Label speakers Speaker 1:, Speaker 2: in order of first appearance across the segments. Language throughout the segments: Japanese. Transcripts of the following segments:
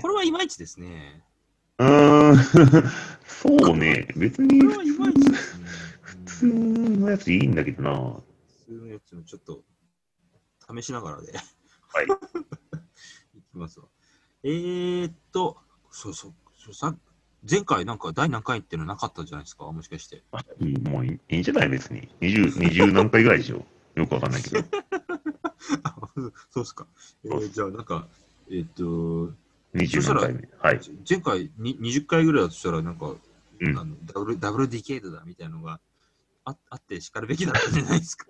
Speaker 1: これはいまいちですね。
Speaker 2: うーん、 そうね。別に
Speaker 1: これはいまいちですね。
Speaker 2: 普通のやついいんだけどな。は
Speaker 1: 普通のやつもちょっと試しながらで
Speaker 2: い。
Speaker 1: いきますわ。えー、っと、そうそうそうさ、前回なんか第何回っていうのなかったじゃないですか、もしか して。
Speaker 2: あもういいいいんじゃない別に。20、20何回ぐらいでしょ。よくわかんないけど。
Speaker 1: あそうっすか。えーじゃあなんか、えーっと、
Speaker 2: 20何回目。はい。
Speaker 1: 前回に20回ぐらいだとしたら、なんか、
Speaker 2: うん
Speaker 1: あのダブル、ダブルディケードだみたいなのがあ あってしかるべきだったじゃないですか。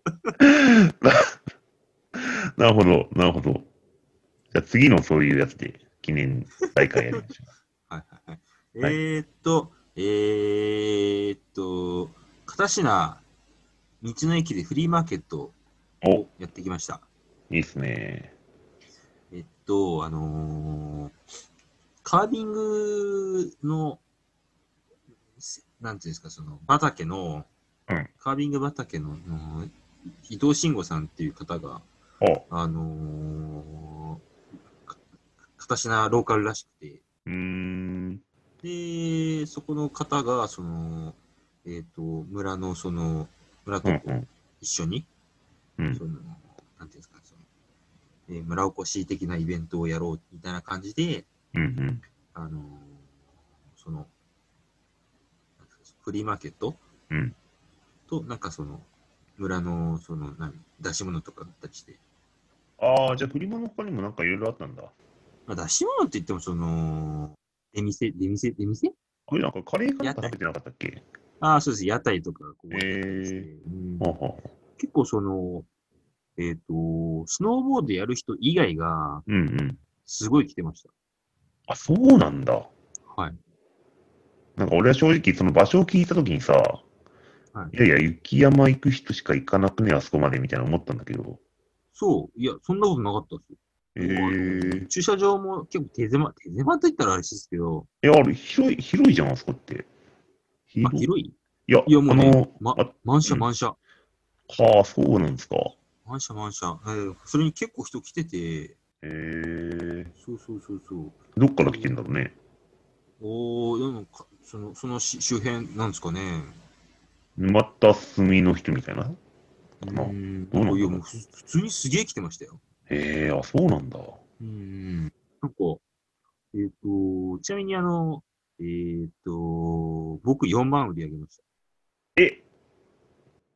Speaker 2: なるほど、なるほど。じゃあ次のそういうやつで記念大会やりましょ
Speaker 1: はいはいは
Speaker 2: はい
Speaker 1: い。えー、っと、えー、っと、片品、道の駅でフリーマーケット
Speaker 2: う。
Speaker 1: をやってきました。
Speaker 2: お、いいっすね。
Speaker 1: えっと、あのーカービングの、せなんていうんですか、その、畑の、
Speaker 2: うん
Speaker 1: カービング畑の、あのー伊藤慎吾さんっていう方が、
Speaker 2: お、
Speaker 1: あのー、か片品ローカルらしくて、
Speaker 2: うーん。
Speaker 1: で、そこの方が、その、えっ、と、村の、その、村と
Speaker 2: うん
Speaker 1: こう
Speaker 2: うん。
Speaker 1: 一緒に、
Speaker 2: うん
Speaker 1: その、なんていうんですか、その、えー村おこし的なイベントをやろう、みたいな感じで、
Speaker 2: うんうん。
Speaker 1: あのーその、フリーマーケット、
Speaker 2: うん
Speaker 1: と、なんかその、村の、その、何、出し物とかだったりして、
Speaker 2: ああ、じゃあフリマの他にもなんかいろいろあったんだ。
Speaker 1: まあ、出し物って言っても、その、出店、出店、出店
Speaker 2: あれなんかカレーかなんか食べてなかったっけ
Speaker 1: ああ、そうです。屋台とか、こう、
Speaker 2: へー
Speaker 1: うん
Speaker 2: はあはあ。
Speaker 1: 結構その、えっ、と、スノーボードやる人以外が、
Speaker 2: うんうん。
Speaker 1: すごい来てました。
Speaker 2: あ、そうなんだ。
Speaker 1: はい。
Speaker 2: なんか俺は正直その場所を聞いたときにさ、
Speaker 1: はい
Speaker 2: い、やいや、雪山行く人しか行かなくね、あそこまでみたいな思ったんだけど。
Speaker 1: そう、いや、そんなことなかったですよ。
Speaker 2: えー、い
Speaker 1: 駐車場も結構手狭、手狭って言ったらあれですけど、
Speaker 2: や、あれ広い、広いじゃん、あそこって。
Speaker 1: あ、広い
Speaker 2: いや、
Speaker 1: いやもう
Speaker 2: あ
Speaker 1: ね
Speaker 2: の、、
Speaker 1: ま
Speaker 2: あ、
Speaker 1: 満車
Speaker 2: うん
Speaker 1: 満車、
Speaker 2: はあ、そうなんですか。
Speaker 1: 満車満車。えーそれに結構人来てて、
Speaker 2: えー、
Speaker 1: そうそうそうそう。
Speaker 2: どっから来てんだろうね。
Speaker 1: おー、でもか、その、そのし周辺なんですかね。
Speaker 2: 沼田住の人みたいな。
Speaker 1: う
Speaker 2: まあ
Speaker 1: ん。
Speaker 2: どうなんだろう
Speaker 1: いや、もうふ普通にすげえ来てましたよ。
Speaker 2: えー、あ、そうなんだ。
Speaker 1: うん。なんか、えっ、と、ちなみにあの、えっ、と、僕4万売り上げました。
Speaker 2: え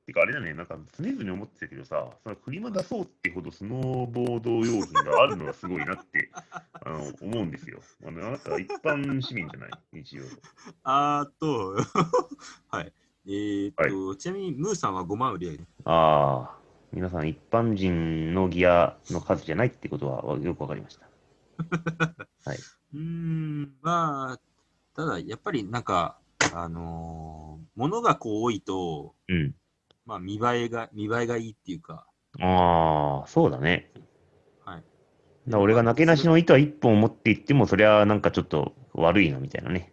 Speaker 2: てかあれだね、なんか常々思ってたけどさ、そのフリマ出そうってほどスノーボード用品があるのがすごいな ってあの思うんですよ。あのあなたは一般市民じゃない、一応。
Speaker 1: あーっと、 はい。えっ、と、ちなみにムーさんは5万売り上げ。
Speaker 2: ああ、皆さん一般人のギアの数じゃないってことはよくわかりました。
Speaker 1: うーん、まあ、ただやっぱりなんか、あのー、物がこう多いと、
Speaker 2: うん。
Speaker 1: まあ見栄えが、見栄えがいいっていうか、
Speaker 2: ああ、そうだね。
Speaker 1: はい。
Speaker 2: だから俺がなけなしの糸は一本持っていっても、それはなんかちょっと悪いなみたいなね。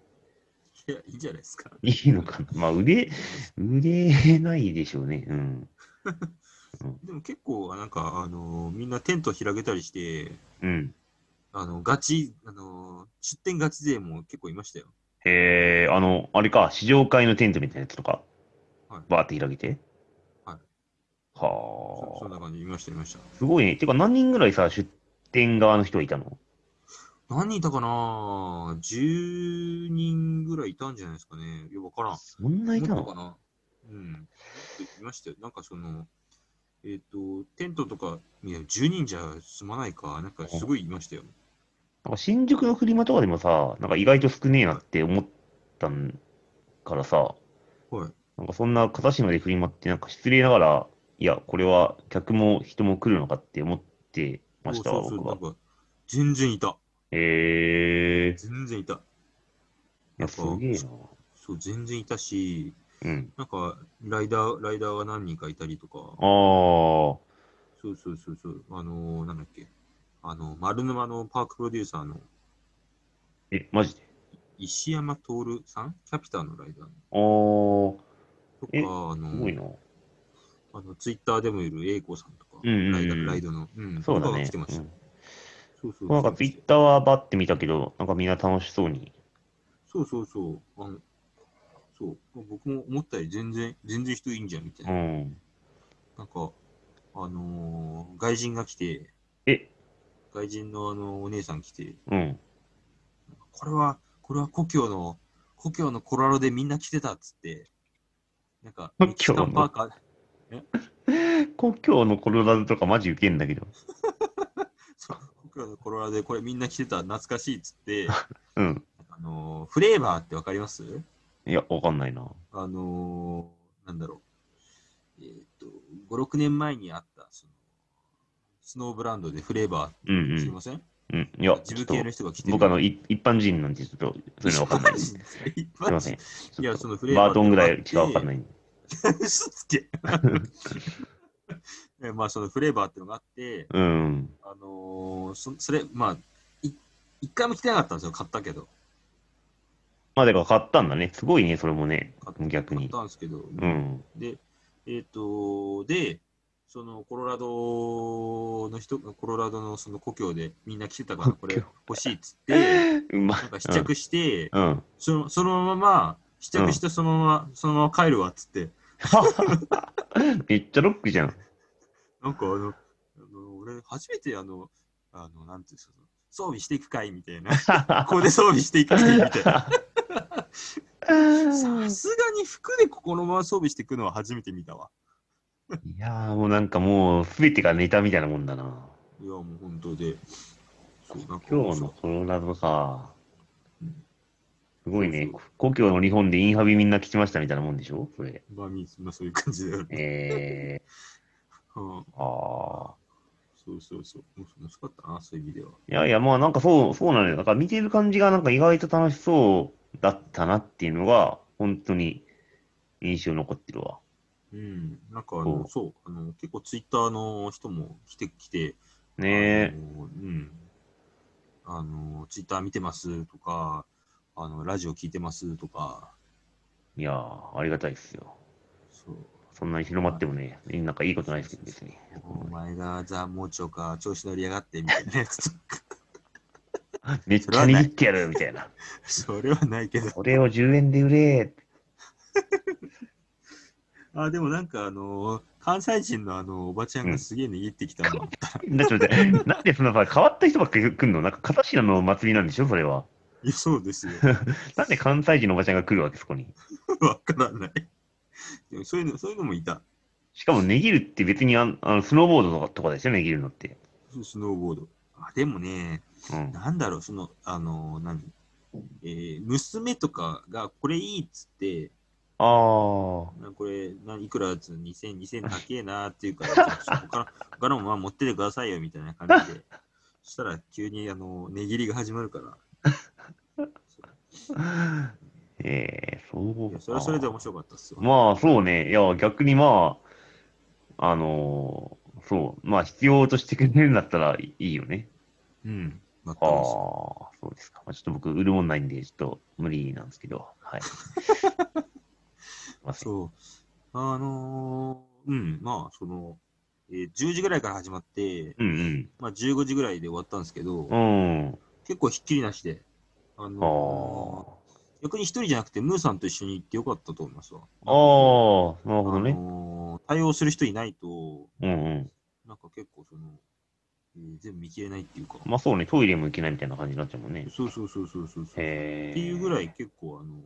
Speaker 1: いや、いいじゃないですか。
Speaker 2: いいのかな。まあ腕、腕ないでしょうね。うん。
Speaker 1: でも結構、なんか、あのーみんなテント開けたりして、
Speaker 2: うん。
Speaker 1: あの、ガチ、あのー出店ガチ勢も結構いましたよ。
Speaker 2: へえ、あの、あれか、試乗会のテントみたいなやつとか、
Speaker 1: はい
Speaker 2: バーって開けて。
Speaker 1: はいそそん
Speaker 2: は
Speaker 1: な感じ、いました、いました。
Speaker 2: あ。すごいね。てか何人ぐらいさ、出店側の人いたの
Speaker 1: 何人いたかな ?10 人ぐらいいたんじゃないですかね。いや、わからん。
Speaker 2: そんないた
Speaker 1: もっとか
Speaker 2: の
Speaker 1: なうん。もっといましたよ。なんかその、えっ、と、テントとか、いや、10人じゃ済まないか。なんかすごいいましたよ。
Speaker 2: なんか新宿のフリマとかでもさ、なんか意外と少ねえなって思ったんからさ、
Speaker 1: はい。
Speaker 2: なんかそんな片島で振りまって、なんか失礼ながら、いや、これは客も人も来るのかって思ってましたわ、
Speaker 1: そうそう
Speaker 2: 僕
Speaker 1: な
Speaker 2: は
Speaker 1: ん。か、全然いた。
Speaker 2: えー、い
Speaker 1: 全然いた。
Speaker 2: や、すげえな。
Speaker 1: そう、全然いたし、
Speaker 2: うん。
Speaker 1: なんか、ライダー、ライダーが何人かいたりとか。
Speaker 2: あー、
Speaker 1: そうそうそうそう、あのー、なんだっけ、あの、丸沼のパークプロデューサーの
Speaker 2: え、マジで
Speaker 1: 石山徹さん、キャピターのライダー
Speaker 2: あー、
Speaker 1: とか、
Speaker 2: え
Speaker 1: あ
Speaker 2: すごい
Speaker 1: の、
Speaker 2: な。
Speaker 1: あのツイッターでもいる英子さんとか、
Speaker 2: うんうん
Speaker 1: ライ
Speaker 2: うん
Speaker 1: ドライドの。うん
Speaker 2: そう
Speaker 1: パ
Speaker 2: だ
Speaker 1: パが
Speaker 2: ね
Speaker 1: 来てま。
Speaker 2: う
Speaker 1: した。
Speaker 2: ん
Speaker 1: そうそうそう
Speaker 2: なんかツイッターはバッて見たけど、なんかみんな楽しそうに。
Speaker 1: そうそうそう。あの、そう。僕も思ったより全然、全然人いいんじゃんみたいうな。
Speaker 2: ん。
Speaker 1: なんか、あのー外人が来て、
Speaker 2: え、
Speaker 1: 外人のあの、お姉さん来て、
Speaker 2: うん。
Speaker 1: これは、これは故郷の、故郷のコロラドでみんな来てたっつって、なんか、
Speaker 2: 故郷の
Speaker 1: メキシカンパーカー、
Speaker 2: 故郷のコロラドとかマジウケんだけど。
Speaker 1: そう故郷のコロラドでこれみんな来てた、懐かしいっつって、
Speaker 2: うん。
Speaker 1: あのーフレーバーってわかります
Speaker 2: いや、わかんないな。
Speaker 1: あのーなんだろう、えーっと、5、6年前にあった、その、スノーブランドでフレーバー
Speaker 2: うんう
Speaker 1: 知り
Speaker 2: ん
Speaker 1: ま。せん
Speaker 2: うん、いや、
Speaker 1: 自
Speaker 2: ちょっ
Speaker 1: 分
Speaker 2: と
Speaker 1: 系の人が来てる。
Speaker 2: 僕あの、い一般人なんでちょっと、そういうのわ かんないです。す
Speaker 1: い
Speaker 2: いません。
Speaker 1: いや
Speaker 2: ちょっと
Speaker 1: そのフレーバー
Speaker 2: バートンぐらいしかわかんない。
Speaker 1: 嘘つ け。えまあ、そのフレーバーってのがあって、
Speaker 2: うん。
Speaker 1: あのーそそれ、まあ、い一回も来てなかったんですよ、買ったけど。
Speaker 2: まあ、だから買ったんだね。すごいね、それもね
Speaker 1: 買っ。
Speaker 2: 逆
Speaker 1: 買っ
Speaker 2: に。
Speaker 1: たんですけど。
Speaker 2: うん。
Speaker 1: で、えっ、と、で、そのコロラドの人が、コロラドのその故郷でみんな来てたから、これ
Speaker 2: 故郷
Speaker 1: 欲しいっつっ て、
Speaker 2: うまい
Speaker 1: なんか試着して、
Speaker 2: うん。
Speaker 1: そのそのまま、試着してそのまま、そのまま帰るわっつって、
Speaker 2: めっちゃロックじゃん。
Speaker 1: なんかあの、あの俺、初めてあの、あの、なんていうんですか、装備していくかいみたいな。ここで装備していくかいみたいな。さすがに服でここのまま装備していくのは初めて見たわ。
Speaker 2: いやーもうなんかもう全てがネタみたいなもんだな。
Speaker 1: いや、もう本当で。そうなんか
Speaker 2: 今日のコロラドか
Speaker 1: うん。
Speaker 2: すごいね
Speaker 1: そうそ。
Speaker 2: 故郷の日本でインハビみんな来てましたみたいなもんでしょそれ。
Speaker 1: まあ、み まあ、そういう感じだよね。
Speaker 2: え
Speaker 1: うん、
Speaker 2: ー、あ
Speaker 1: そうそうそう。楽しかったな、そういう意味では。
Speaker 2: ー。いやいや、まあなんかそう、そうなのよ。なんか見てる感じがなんか意外と楽しそうだったなっていうのが、本当に印象に残ってるわ。
Speaker 1: うん。なんかあの、そう、あの、結構ツイッターの人も来てきて、
Speaker 2: ねえ
Speaker 1: あ。のうん。あの、ツイッター見てますとか、あの、ラジオ聞いてますとか、
Speaker 2: いやー、ありがたいですよ。
Speaker 1: そう。
Speaker 2: そんなに広まってもね、なんかいいことないですけど、別に。
Speaker 1: お前がザ・モーチョか、調子乗りやがってみたいなやつとか、
Speaker 2: めっちゃ握ってやるみたいな。
Speaker 1: それはないけど。
Speaker 2: これを10円で売れ
Speaker 1: あ、でもなんかあの、関西人のあの、おばちゃんがすげえ握ってきたの。
Speaker 2: だって待って、なんでそんなさ、変わった人ばっかり来るのなんか、片品の祭りなんでしょそれは。
Speaker 1: いやそうです よ。
Speaker 2: なんで関西人のおばちゃんが来るわけ、そこに。
Speaker 1: わからない。でもそういうの、そういうのもいた。
Speaker 2: しかも、値切るって別にあんあの、スノーボードとかとかですよね、値切るのって。
Speaker 1: スノーボード。あ、でもね、
Speaker 2: うん。
Speaker 1: なんだろう、その、あの、何えー娘とかがこれいいっつって、
Speaker 2: あー。
Speaker 1: なこれないくらっつうの2000、2000高えなーっていう から、ちょっと他の他のもまあ持っててくださいよみたいな感じで、そしたら急にあの値切りが始まるから、
Speaker 2: えー、そう
Speaker 1: い
Speaker 2: か
Speaker 1: やそれはそれで面白かったっすよ。
Speaker 2: まあ、そうね。いや、逆にまあ、あのーそう。まあ、必要としてくれるんだったらいいよね。
Speaker 1: うん、全く
Speaker 2: ああ
Speaker 1: そ、
Speaker 2: そうですか。まあ、ちょっと僕、売るもんないんで、ちょっと無理なんですけど、 はい。すい
Speaker 1: う
Speaker 2: ません
Speaker 1: そう。あのーうん、まあ、その、えー10時ぐらいから始まって、
Speaker 2: うん
Speaker 1: まあ、15時ぐらいで終わったんですけど、
Speaker 2: うん。うん。
Speaker 1: 結構ひっきりなしで、あ
Speaker 2: あ
Speaker 1: のー逆に一人じゃなくて、ムーさんと一緒に行ってよかったと思いますわ。
Speaker 2: あ。ああ、なるほど
Speaker 1: あ
Speaker 2: ね。
Speaker 1: のー対応する人いないと、
Speaker 2: うんうん。
Speaker 1: なんか結構その、えー全部見切れないっていうか、
Speaker 2: まあそうね、トイレも行けないみたいな感じになっちゃうもんね。
Speaker 1: そうそうそうそうそうそう。っ
Speaker 2: へえ。
Speaker 1: ていうぐらい。結構あの、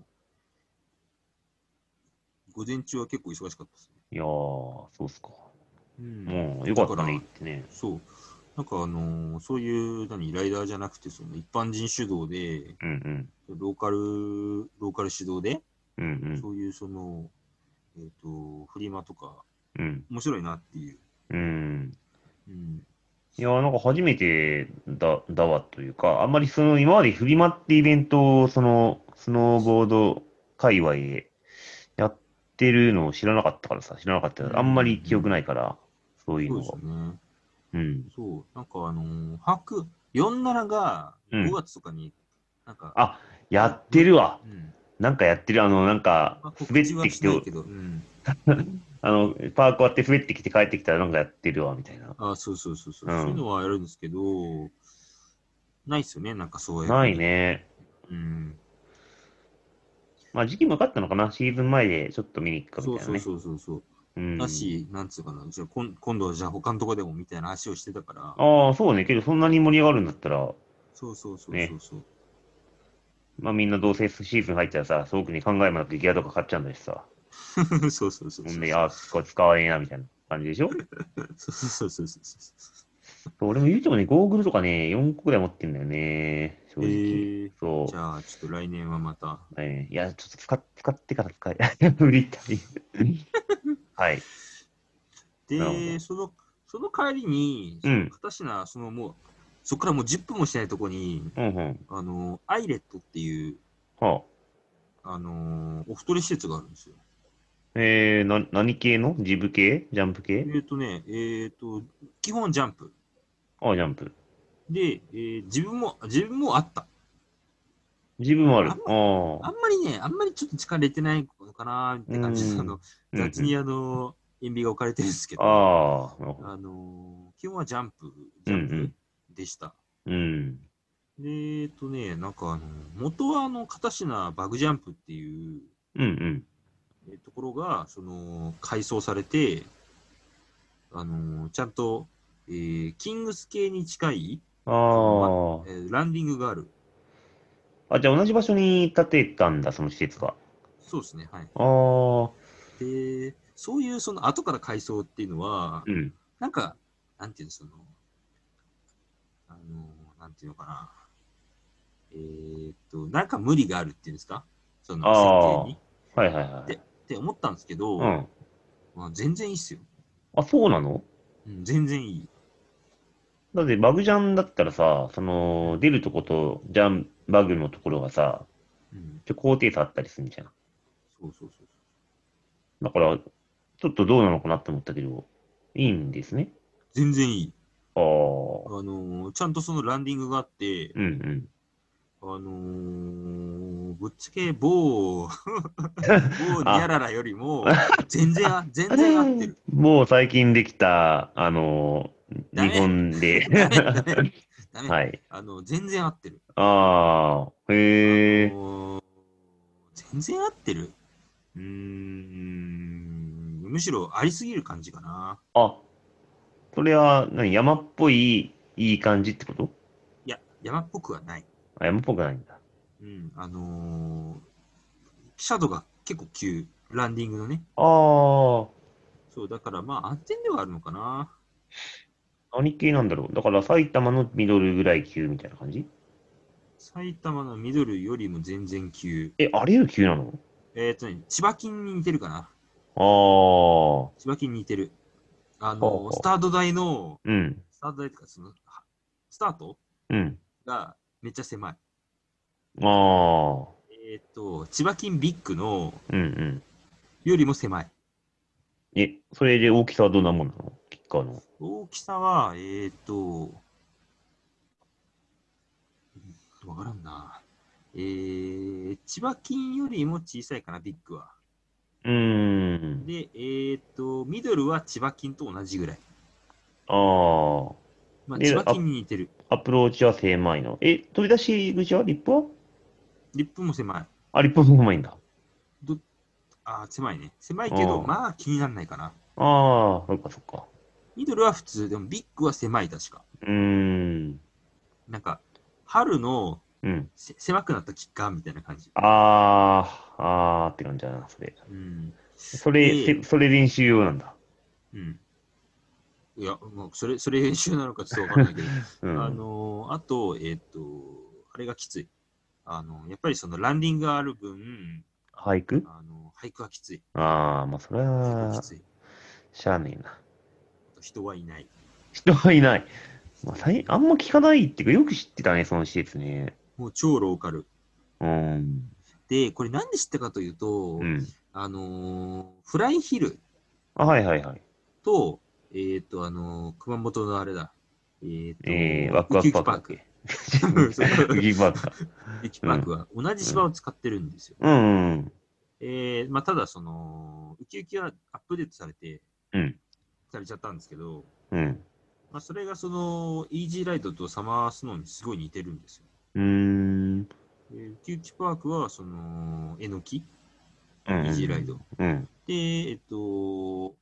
Speaker 1: 午前中は結構忙しかったですね。
Speaker 2: いやー、そうっすか。
Speaker 1: うん
Speaker 2: もうん、よかっ
Speaker 1: だ
Speaker 2: た
Speaker 1: から
Speaker 2: ね、行ってね。
Speaker 1: そう。なんかあのーそういう、何、ライダーじゃなくて、その一般人主導で、
Speaker 2: うん
Speaker 1: ローカル、ローカル主導で、
Speaker 2: うん。うん
Speaker 1: そういうその、えっ、と、フリマとか、
Speaker 2: うん。うん。
Speaker 1: 面白いなっていう。
Speaker 2: うん。
Speaker 1: うん。
Speaker 2: いやー、なんか初めてだ、だわというか、あんまりその、今までフリマってイベントを、その、スノーボード界隈でやってるのを知らなかったからさ、知らなかったからあんまり記憶ないから、そういう
Speaker 1: そう
Speaker 2: の
Speaker 1: です
Speaker 2: が
Speaker 1: よ。ね。
Speaker 2: うん。
Speaker 1: そう。なんかあのー、把握、47が
Speaker 2: うん
Speaker 1: 5月とかに、なんか、
Speaker 2: あ、やってるわ。
Speaker 1: うん。
Speaker 2: なんかやってる、あの、なんか
Speaker 1: まあ、
Speaker 2: 滑
Speaker 1: 告
Speaker 2: っ
Speaker 1: 知は
Speaker 2: てき
Speaker 1: しない
Speaker 2: て
Speaker 1: け、ど、うん。
Speaker 2: あの、パーク終わって滑ってきて帰ってきたらなんかやってるわ、みたいな。
Speaker 1: あ、そうそうそうそう、
Speaker 2: うん
Speaker 1: そういうのはやるんですけど、ないっすよね、なんかそういう。
Speaker 2: ない。ね。
Speaker 1: うん。
Speaker 2: まあ時期も分かったのかな、シーズン前でちょっと見に行くか
Speaker 1: そ
Speaker 2: み
Speaker 1: う
Speaker 2: たい
Speaker 1: そ
Speaker 2: な
Speaker 1: う
Speaker 2: ね。
Speaker 1: そうそうそう。
Speaker 2: うん
Speaker 1: だし、なんつうかな、じゃあ今今度はじゃあ他のとこでもみたいな話をしてたから、
Speaker 2: ああ、そうね。けどそんなに盛り上がるんだったら、
Speaker 1: そうそうそう
Speaker 2: ね
Speaker 1: そうそう、
Speaker 2: まあみんなどうせシーズン入ったらさ、すごくに考えもなくギアとか買っちゃうんだしさ。
Speaker 1: そうそうそうそう。
Speaker 2: ほんで、ああ、これ使わねえな、みたいな感じでしょ
Speaker 1: そうそうそうそうそ
Speaker 2: 俺も言うてもね、ゴーグルとかね、4個ぐらい持ってんだよね。
Speaker 1: う。
Speaker 2: 正直。
Speaker 1: えー、
Speaker 2: そう
Speaker 1: じ。ゃあ、ちょっと来年はまた。
Speaker 2: えーいや、ちょっと使っ使ってから使い、 売りたい。 はい。なるほ
Speaker 1: で、
Speaker 2: ど
Speaker 1: その、その帰りに、
Speaker 2: う
Speaker 1: その
Speaker 2: ん
Speaker 1: 片品、そのもう、そこからもう10分もしないとこに、
Speaker 2: うんうん。
Speaker 1: あの、アイレットっていう、
Speaker 2: はあ。
Speaker 1: あの、お太り施設があるんですよ。
Speaker 2: えー、な何系のジブ系ジャンプ
Speaker 1: えっ、
Speaker 2: 系
Speaker 1: とね、えっ、と、基本ジャンプ。
Speaker 2: ああ、ジャンプ。
Speaker 1: で、えー自分も、自分もあった。
Speaker 2: ジブもある。
Speaker 1: あ
Speaker 2: あ
Speaker 1: ん
Speaker 2: あ
Speaker 1: あんまりね、あんまりちょっと力入れてないのかなって感じ
Speaker 2: うん
Speaker 1: で、あの、
Speaker 2: うんうん
Speaker 1: 雑にあの、塩ビが置かれてるんですけど、あ
Speaker 2: ああ、なるほど。
Speaker 1: の、基本はジャンプ、ジャン
Speaker 2: うんう
Speaker 1: プ
Speaker 2: ん
Speaker 1: でした。
Speaker 2: うん。
Speaker 1: で、えっとね、なんかあの、元はあの、片品バグジャンプっていう
Speaker 2: うんうん。
Speaker 1: えーところが、その、改装されて、あのーちゃんと、えーキングス系に近い、え
Speaker 2: あ
Speaker 1: ーランディングがある。
Speaker 2: あ。あ、じゃあ同じ場所に建てたんだ、その施設が。
Speaker 1: そうですね、はい。
Speaker 2: ああ。
Speaker 1: で、そういう、その、後から改装っていうのは
Speaker 2: う、ん。
Speaker 1: なんか、なんていうの、その、あのーなんていうのかな。えーっと、なんか無理があるっていうんですかその、
Speaker 2: あ
Speaker 1: 設
Speaker 2: ー
Speaker 1: 計に。
Speaker 2: はいはいは
Speaker 1: で
Speaker 2: い。
Speaker 1: って思ったんですけど、
Speaker 2: うん。
Speaker 1: まあ、全然いいっすよ。
Speaker 2: あ、そうなの
Speaker 1: うん、全然いい。
Speaker 2: だってバグジャンだったらさ、その、出るとことジャン、バグのところがさ、
Speaker 1: うん、
Speaker 2: ちょ高低差あったりするじゃん。
Speaker 1: そうそうそう。
Speaker 2: だから、ちょっとどうなのかなって思ったけど、いいんですね。
Speaker 1: 全然いい。
Speaker 2: ああ、う
Speaker 1: あのーちゃんとそのランディングがあって、
Speaker 2: んうん。
Speaker 1: あのーぶっちゃけ 某、某ニャララよりも、全然あ、全然合っ てる。
Speaker 2: もう最近できた、あのー、
Speaker 1: ダメ
Speaker 2: 日本で。
Speaker 1: ダメダメダメ、
Speaker 2: はい。
Speaker 1: あの、全然合ってる。
Speaker 2: ああ、へ
Speaker 1: あ
Speaker 2: え。
Speaker 1: のー全然合ってる。うーん、むしろありすぎる感じかな。
Speaker 2: あ、それは何、山っぽい、いい感じってこと
Speaker 1: いや、山っぽくはない。
Speaker 2: あ山っぽくないんだ。
Speaker 1: うん、あのーシャドウが結構急、ランディングのね。
Speaker 2: ああ、
Speaker 1: そう、だからまあ安全ではあるのかな。
Speaker 2: 何系なんだろう。だから埼玉のミドルぐらい級みたいな感じ
Speaker 1: 埼玉のミドルよりも全然急。
Speaker 2: え、あれより級なの
Speaker 1: えっ、とね、千葉金に似てるかな。
Speaker 2: あ
Speaker 1: 千葉金に似てる。あ
Speaker 2: ほうほ
Speaker 1: の、
Speaker 2: う
Speaker 1: スタート台の、
Speaker 2: あ、うん、
Speaker 1: スタート台とか、その、はスタート
Speaker 2: うん。
Speaker 1: がめっちゃ狭い。
Speaker 2: ああ、
Speaker 1: えっ、と、千葉金ビッグの
Speaker 2: うんうん。
Speaker 1: よりも狭い。
Speaker 2: え、それで大きさはどんなもんなのキッカーの。
Speaker 1: 大きさは、えっ、と、うんわからんな。えー、千葉金よりも小さいかな、ビッグは。
Speaker 2: うーん。
Speaker 1: で、えっ、と、ミドルは千葉金と同じぐらい。
Speaker 2: ああ。
Speaker 1: まあ、
Speaker 2: で
Speaker 1: 千葉金に似てる。
Speaker 2: アプローチは狭いの。え、飛び出し口はリップは
Speaker 1: リップも狭い。
Speaker 2: あ、リップも狭いんだ。
Speaker 1: ああ、狭いね。狭いけど、
Speaker 2: うん
Speaker 1: まあ気にならないかな。
Speaker 2: ああ、そっかそっか。
Speaker 1: ミドルは普通、でもビッグは狭い、確か。
Speaker 2: うーん。
Speaker 1: なんか、春の
Speaker 2: うん。
Speaker 1: せ狭くなった期間みたいな感じ。
Speaker 2: ああ、ああって感じだな、それ。
Speaker 1: うん。
Speaker 2: それ、
Speaker 1: ええ
Speaker 2: せそれ練習用なんだ。
Speaker 1: うん。いや、もうそれ、それ編集なのかちょっとわかんないけど。
Speaker 2: うん。
Speaker 1: あのーあと、えっ、と、あれがきつい。あの、やっぱりそのランディングがある分、
Speaker 2: 俳句
Speaker 1: あの、俳句はきつい。
Speaker 2: ああ、まあそれ
Speaker 1: 結構
Speaker 2: は
Speaker 1: き、つい。
Speaker 2: しゃあねえな。
Speaker 1: 人はいない。
Speaker 2: 人はいない。まあ、さいあんま聞かないっていうか、よく知ってたね、その施設ね。
Speaker 1: もう超ローカル。
Speaker 2: うん。
Speaker 1: で、これなんで知ったかというと、
Speaker 2: うん。
Speaker 1: あのーフライヒル
Speaker 2: あ、はいは いはい。
Speaker 1: と、えっ、と、あのー熊本のあれだ、えっ、と、
Speaker 2: えー、ワクワクパークだっけ。
Speaker 1: ウキウキパーク。
Speaker 2: ギブアップか。
Speaker 1: ウキウキパークは同じ芝を使ってるんですよ。
Speaker 2: うんうん。
Speaker 1: えーまあ、ただ、その、ウキウキはアップデートされて、
Speaker 2: うん
Speaker 1: されちゃったんですけど、
Speaker 2: うん。
Speaker 1: まあ、それがその、イージーライドとサマースノーにすごい似てるんですよ。
Speaker 2: うーん。
Speaker 1: えーウキウキパークは、その、えのき、イ
Speaker 2: うん
Speaker 1: ージーライド。
Speaker 2: うん。
Speaker 1: で、えっと、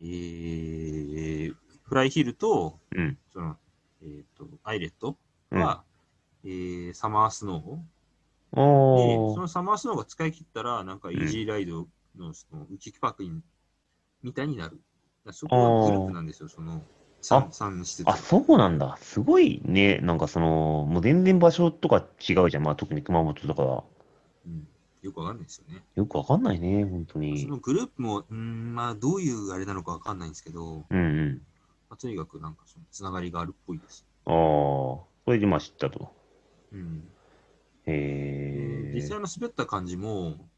Speaker 1: えー、フライヒルと、
Speaker 2: うん。
Speaker 1: その、えーっと、アイレット
Speaker 2: うん。
Speaker 1: は、えーサマースノー。で、
Speaker 2: お
Speaker 1: そ
Speaker 2: ー
Speaker 1: のサマースノーが使い切ったら、なんかイージーライドのそのウキキパークにみたいになる。だからそこがグループなんですよ、その 3, 3施設
Speaker 2: あ、。そうなんだ。すごいね。なんかその、もう全然場所とか違うじゃん。まあ特に熊本とかは。
Speaker 1: うん、よくわかんないですよね。
Speaker 2: よくわかんないね、本当
Speaker 1: そ
Speaker 2: に。
Speaker 1: のグループも、うんまあ、どういうあれなのかわかんないんですけど、ま
Speaker 2: うんうん。
Speaker 1: あ、とにかくなんかそのつながりがあるっぽいです。
Speaker 2: ああ、それでまあ知ったと。
Speaker 1: うん、
Speaker 2: へえ。
Speaker 1: 実際の滑った感じも、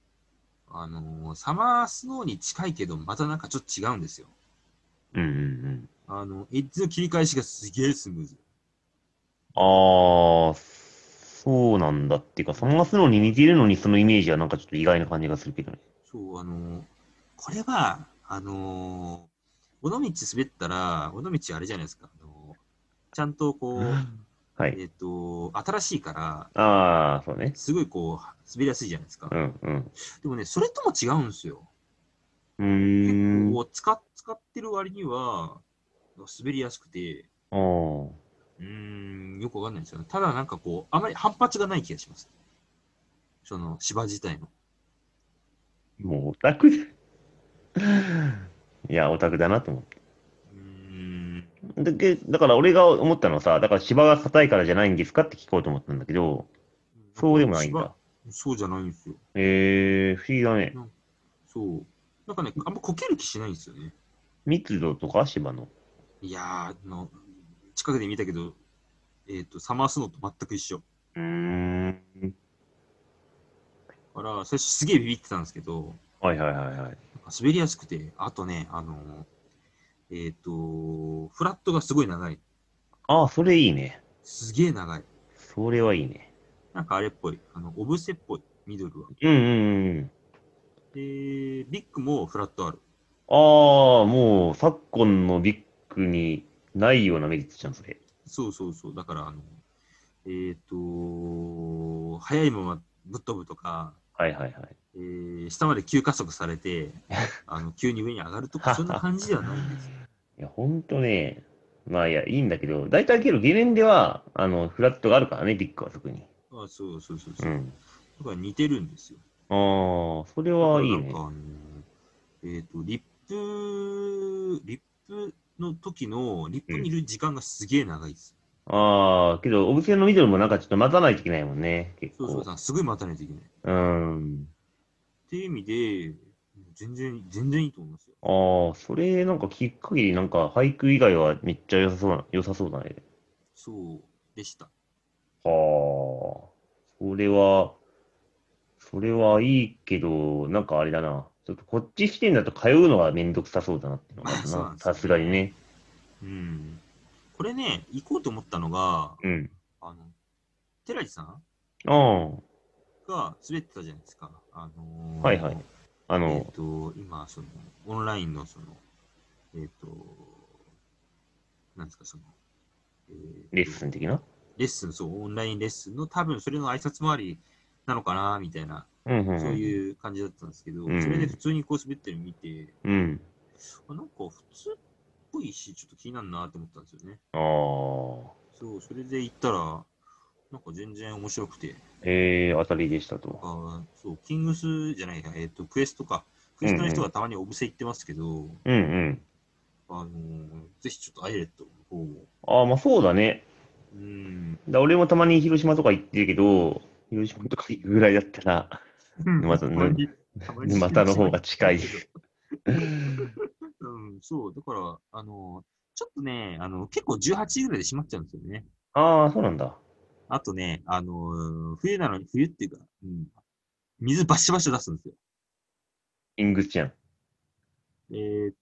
Speaker 1: あのーサマースノーに近いけど、またなんかちょっと違うんですよ。
Speaker 2: うんうんうん。
Speaker 1: あの、エッジの切り返しがすげえスムーズ。
Speaker 2: ああ、そうなんだっていうか、サマースノーに似てるのにそのイメージはなんかちょっと意外な感じがするけどね。
Speaker 1: そう、あのーこれは、あのー尾道滑ったら、尾道あれじゃないですか、あのーちゃんとこう、
Speaker 2: はい。
Speaker 1: えっ、と、新しいから、
Speaker 2: ああ、そうね。
Speaker 1: すごいこう、滑りやすいじゃないですか
Speaker 2: う。んうん。
Speaker 1: でもね、それとも違うんですよ。
Speaker 2: うー
Speaker 1: 結
Speaker 2: ん。
Speaker 1: 構使っ、使ってる割には、滑りやすくて、
Speaker 2: あー
Speaker 1: うーん、よくわかんないですよね。ただなんかこう、あまり反発がない気がします。その芝自体の。
Speaker 2: もうオタクいや、オタクだなと思って。
Speaker 1: うーん。
Speaker 2: だけだから俺が思ったのはさ、だから芝が硬いからじゃないんですかって聞こうと思ったんだけど、そうでもないんだ。
Speaker 1: 芝。そうじゃないんですよ。
Speaker 2: えー、不思議だね。
Speaker 1: そう。なんかね、あんまこける気しないんですよね。
Speaker 2: 密度とか芝の。
Speaker 1: いやー、あの、近くで見たけど、えっ、と、サマースノーと全く一緒。
Speaker 2: うーん。
Speaker 1: だから、最初すげえビビってたんですけど、
Speaker 2: はいはいはいはい。
Speaker 1: 滑りやすくて、あとね、あのえっ、と、フラットがすごい長い。
Speaker 2: ああ、それいいね。
Speaker 1: すげえ長い。
Speaker 2: それはいいね。
Speaker 1: なんかあれっぽい。あの、オブセっぽい、ミドルは。
Speaker 2: うんうんうん。
Speaker 1: で、ビッグもフラットある。
Speaker 2: ああ、もう昨今のビッグにないようなメリットじゃん、それ。
Speaker 1: そうそうそう。だから、あの、えっ、と、速いままぶっ飛ぶとか、
Speaker 2: はいはいはい。
Speaker 1: えー下まで急加速されて、 あの急に上に上がるとか、そんな感じではないんですよ。
Speaker 2: いや、ほんとね。まあいや、いいんだけど、大体けどゲレンデは、あの、フラットがあるからね、ビッグは特に。
Speaker 1: あそうそうそうそうう。
Speaker 2: ん。
Speaker 1: だから似てるんですよ。
Speaker 2: ああ、それはいい
Speaker 1: なん
Speaker 2: ね
Speaker 1: か。あのえっ、と、リップ、リップの時の、リップにいる時間がすげえ長いです。
Speaker 2: ああ、けど、オブセンのミドルもなんかちょっと待たないといけないもんね、結
Speaker 1: そうそう、だ
Speaker 2: 構。
Speaker 1: からすごい待たないといけない。っ
Speaker 2: うん。
Speaker 1: ていう意味で、全然、全然いいと思いますよ。
Speaker 2: ああ、それなんか聞く限り、なんか俳句以外はめっちゃ良さそうな、良さそうだね。
Speaker 1: そうでした。
Speaker 2: はあ、それは、それはいいけど、なんかあれだな。ちょっとこっち視点だと通うのはめんどくさそうだなっていうのがある
Speaker 1: まあそうなん
Speaker 2: な。
Speaker 1: ですよ
Speaker 2: さすがにね。
Speaker 1: うん。これね、行こうと思ったのが、
Speaker 2: うん。
Speaker 1: あの、寺地さん
Speaker 2: あ
Speaker 1: が滑ってたじゃないですか。あのー
Speaker 2: はいはいあ、あ
Speaker 1: えっ、
Speaker 2: の、
Speaker 1: と、今、その、オンラインの、その、えっ、と、なんですか、その、えーと
Speaker 2: レッスン的な。
Speaker 1: レッスン、そう、オンラインレッスンの、多分それの挨拶回りなのかな、みたいな、
Speaker 2: うんうんうん。
Speaker 1: そういう感じだったんですけど、
Speaker 2: うん
Speaker 1: それで普通にこう滑ってるの見て、
Speaker 2: うん。
Speaker 1: あなんか普通っぽいし、ちょっと気になるなって思ったんですよね。
Speaker 2: ああ、
Speaker 1: そう、それで行ったら、なんか全然面白くて、
Speaker 2: ええ当たりでしたと。
Speaker 1: あーそう、キングスじゃないや、えっ、と、クエストか。クエストの人がたまにお布施行ってますけど、
Speaker 2: うんうん。
Speaker 1: あのーぜひちょっとアイレットの方も。
Speaker 2: ああ、まあそうだね。
Speaker 1: うーん。
Speaker 2: だ俺もたまに広島とか行ってるけど、広島とか行くぐらいだった ら、沼田の沼田の方が近い。
Speaker 1: うん、そう、だから、あのーちょっとね、あの結構18時ぐらいで閉まっちゃうんですよね。
Speaker 2: ああ、そうなんだ。
Speaker 1: あとね、あのー冬なのに、冬っていうか、うん、水バシバシ出すんですよ。
Speaker 2: イングスじゃん。
Speaker 1: えー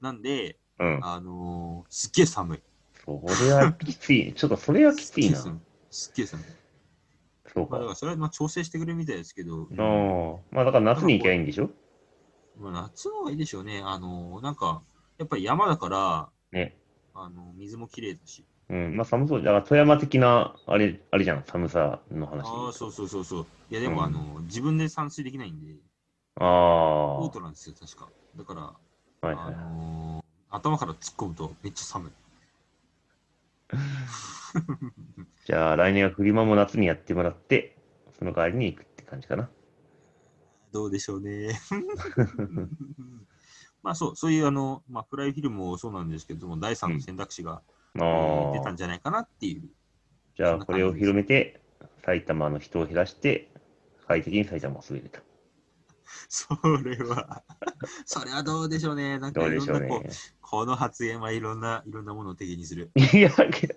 Speaker 1: なんで、
Speaker 2: うん。
Speaker 1: あのーすっげえ寒い。
Speaker 2: それはきつい。ちょっとそれはきついな。
Speaker 1: すっげえ寒い。すっげえ寒い。
Speaker 2: そう
Speaker 1: まあ、だか
Speaker 2: か。
Speaker 1: らそれはまあ調整してくれるみたいですけど、
Speaker 2: ああ。まあだから夏に行きゃいいんでしょ
Speaker 1: まあ、夏の方がいいでしょうね。あの、なんか、やっぱり山だから、
Speaker 2: ね。
Speaker 1: あの水もきれいだし。
Speaker 2: うん。まあ寒そうじゃん。だから富山的な、あれ、あれじゃん。寒さの話。
Speaker 1: ああ、そうそうそうそう。いや、で
Speaker 2: うん
Speaker 1: も、あの、自分で散水できないんで、
Speaker 2: あ
Speaker 1: オートなんですよ、確か。だから、
Speaker 2: あ。はい
Speaker 1: あ
Speaker 2: はい。
Speaker 1: のー頭から突っ込むとめっちゃ寒い。
Speaker 2: じゃあ来年はフリマも夏にやってもらって、その代わりに行くって感じかな。
Speaker 1: どうでしょう ね。まあそう、そういうあの、まあ、フライフィルムもそうなんですけども、第3の選択肢が、えー出
Speaker 2: あ
Speaker 1: た
Speaker 2: あ
Speaker 1: ん。じゃないかなっていう。
Speaker 2: じゃあこれを広めて、埼玉の人を減らして、快適に埼玉を滑れた。
Speaker 1: それは、 それはどうでしょうね。なんか
Speaker 2: どう
Speaker 1: い
Speaker 2: で
Speaker 1: ろん
Speaker 2: しょ
Speaker 1: な
Speaker 2: うね
Speaker 1: こう。この発言はいろんないろんなものを敵にする。
Speaker 2: いや、けど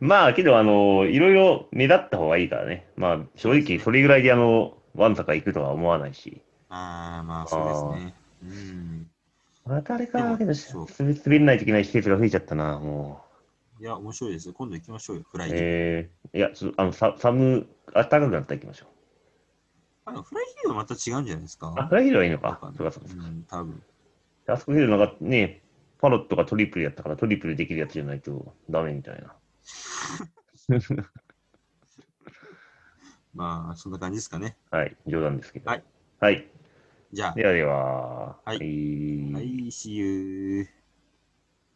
Speaker 2: まあ、けど、あの、いろいろ目立った方がいいからね。まあ、正直、それぐらいで、あの、ワンサカ行くとは思わないし。
Speaker 1: ああ、まあそうですね。うん。
Speaker 2: またあれか、け
Speaker 1: で
Speaker 2: ど、
Speaker 1: も
Speaker 2: し
Speaker 1: そう
Speaker 2: 滑滑れないといけない施設が増えちゃったな、も
Speaker 1: いや、面白いですよ。今度行きましょうよ、フラ
Speaker 2: う。
Speaker 1: イフィルム。
Speaker 2: ええいや、ちょっと、あの、さ寒、暖かくなったら行きましょう。
Speaker 1: あのフライフィルムはまた違うんじゃないですか。
Speaker 2: あ、フライヒルはいいの
Speaker 1: な
Speaker 2: か。そうか、そうか。
Speaker 1: んうん、多分。
Speaker 2: あそこヒルなんかね、パロットがトリプルやったから、トリプルできるやつじゃないとダメみたいな。
Speaker 1: まあ、そんな感じですかね。
Speaker 2: はい、冗談ですけど。
Speaker 1: はい。
Speaker 2: はい。
Speaker 1: じゃ
Speaker 2: ではでは。
Speaker 1: はい
Speaker 2: い
Speaker 1: あ、はい、see you.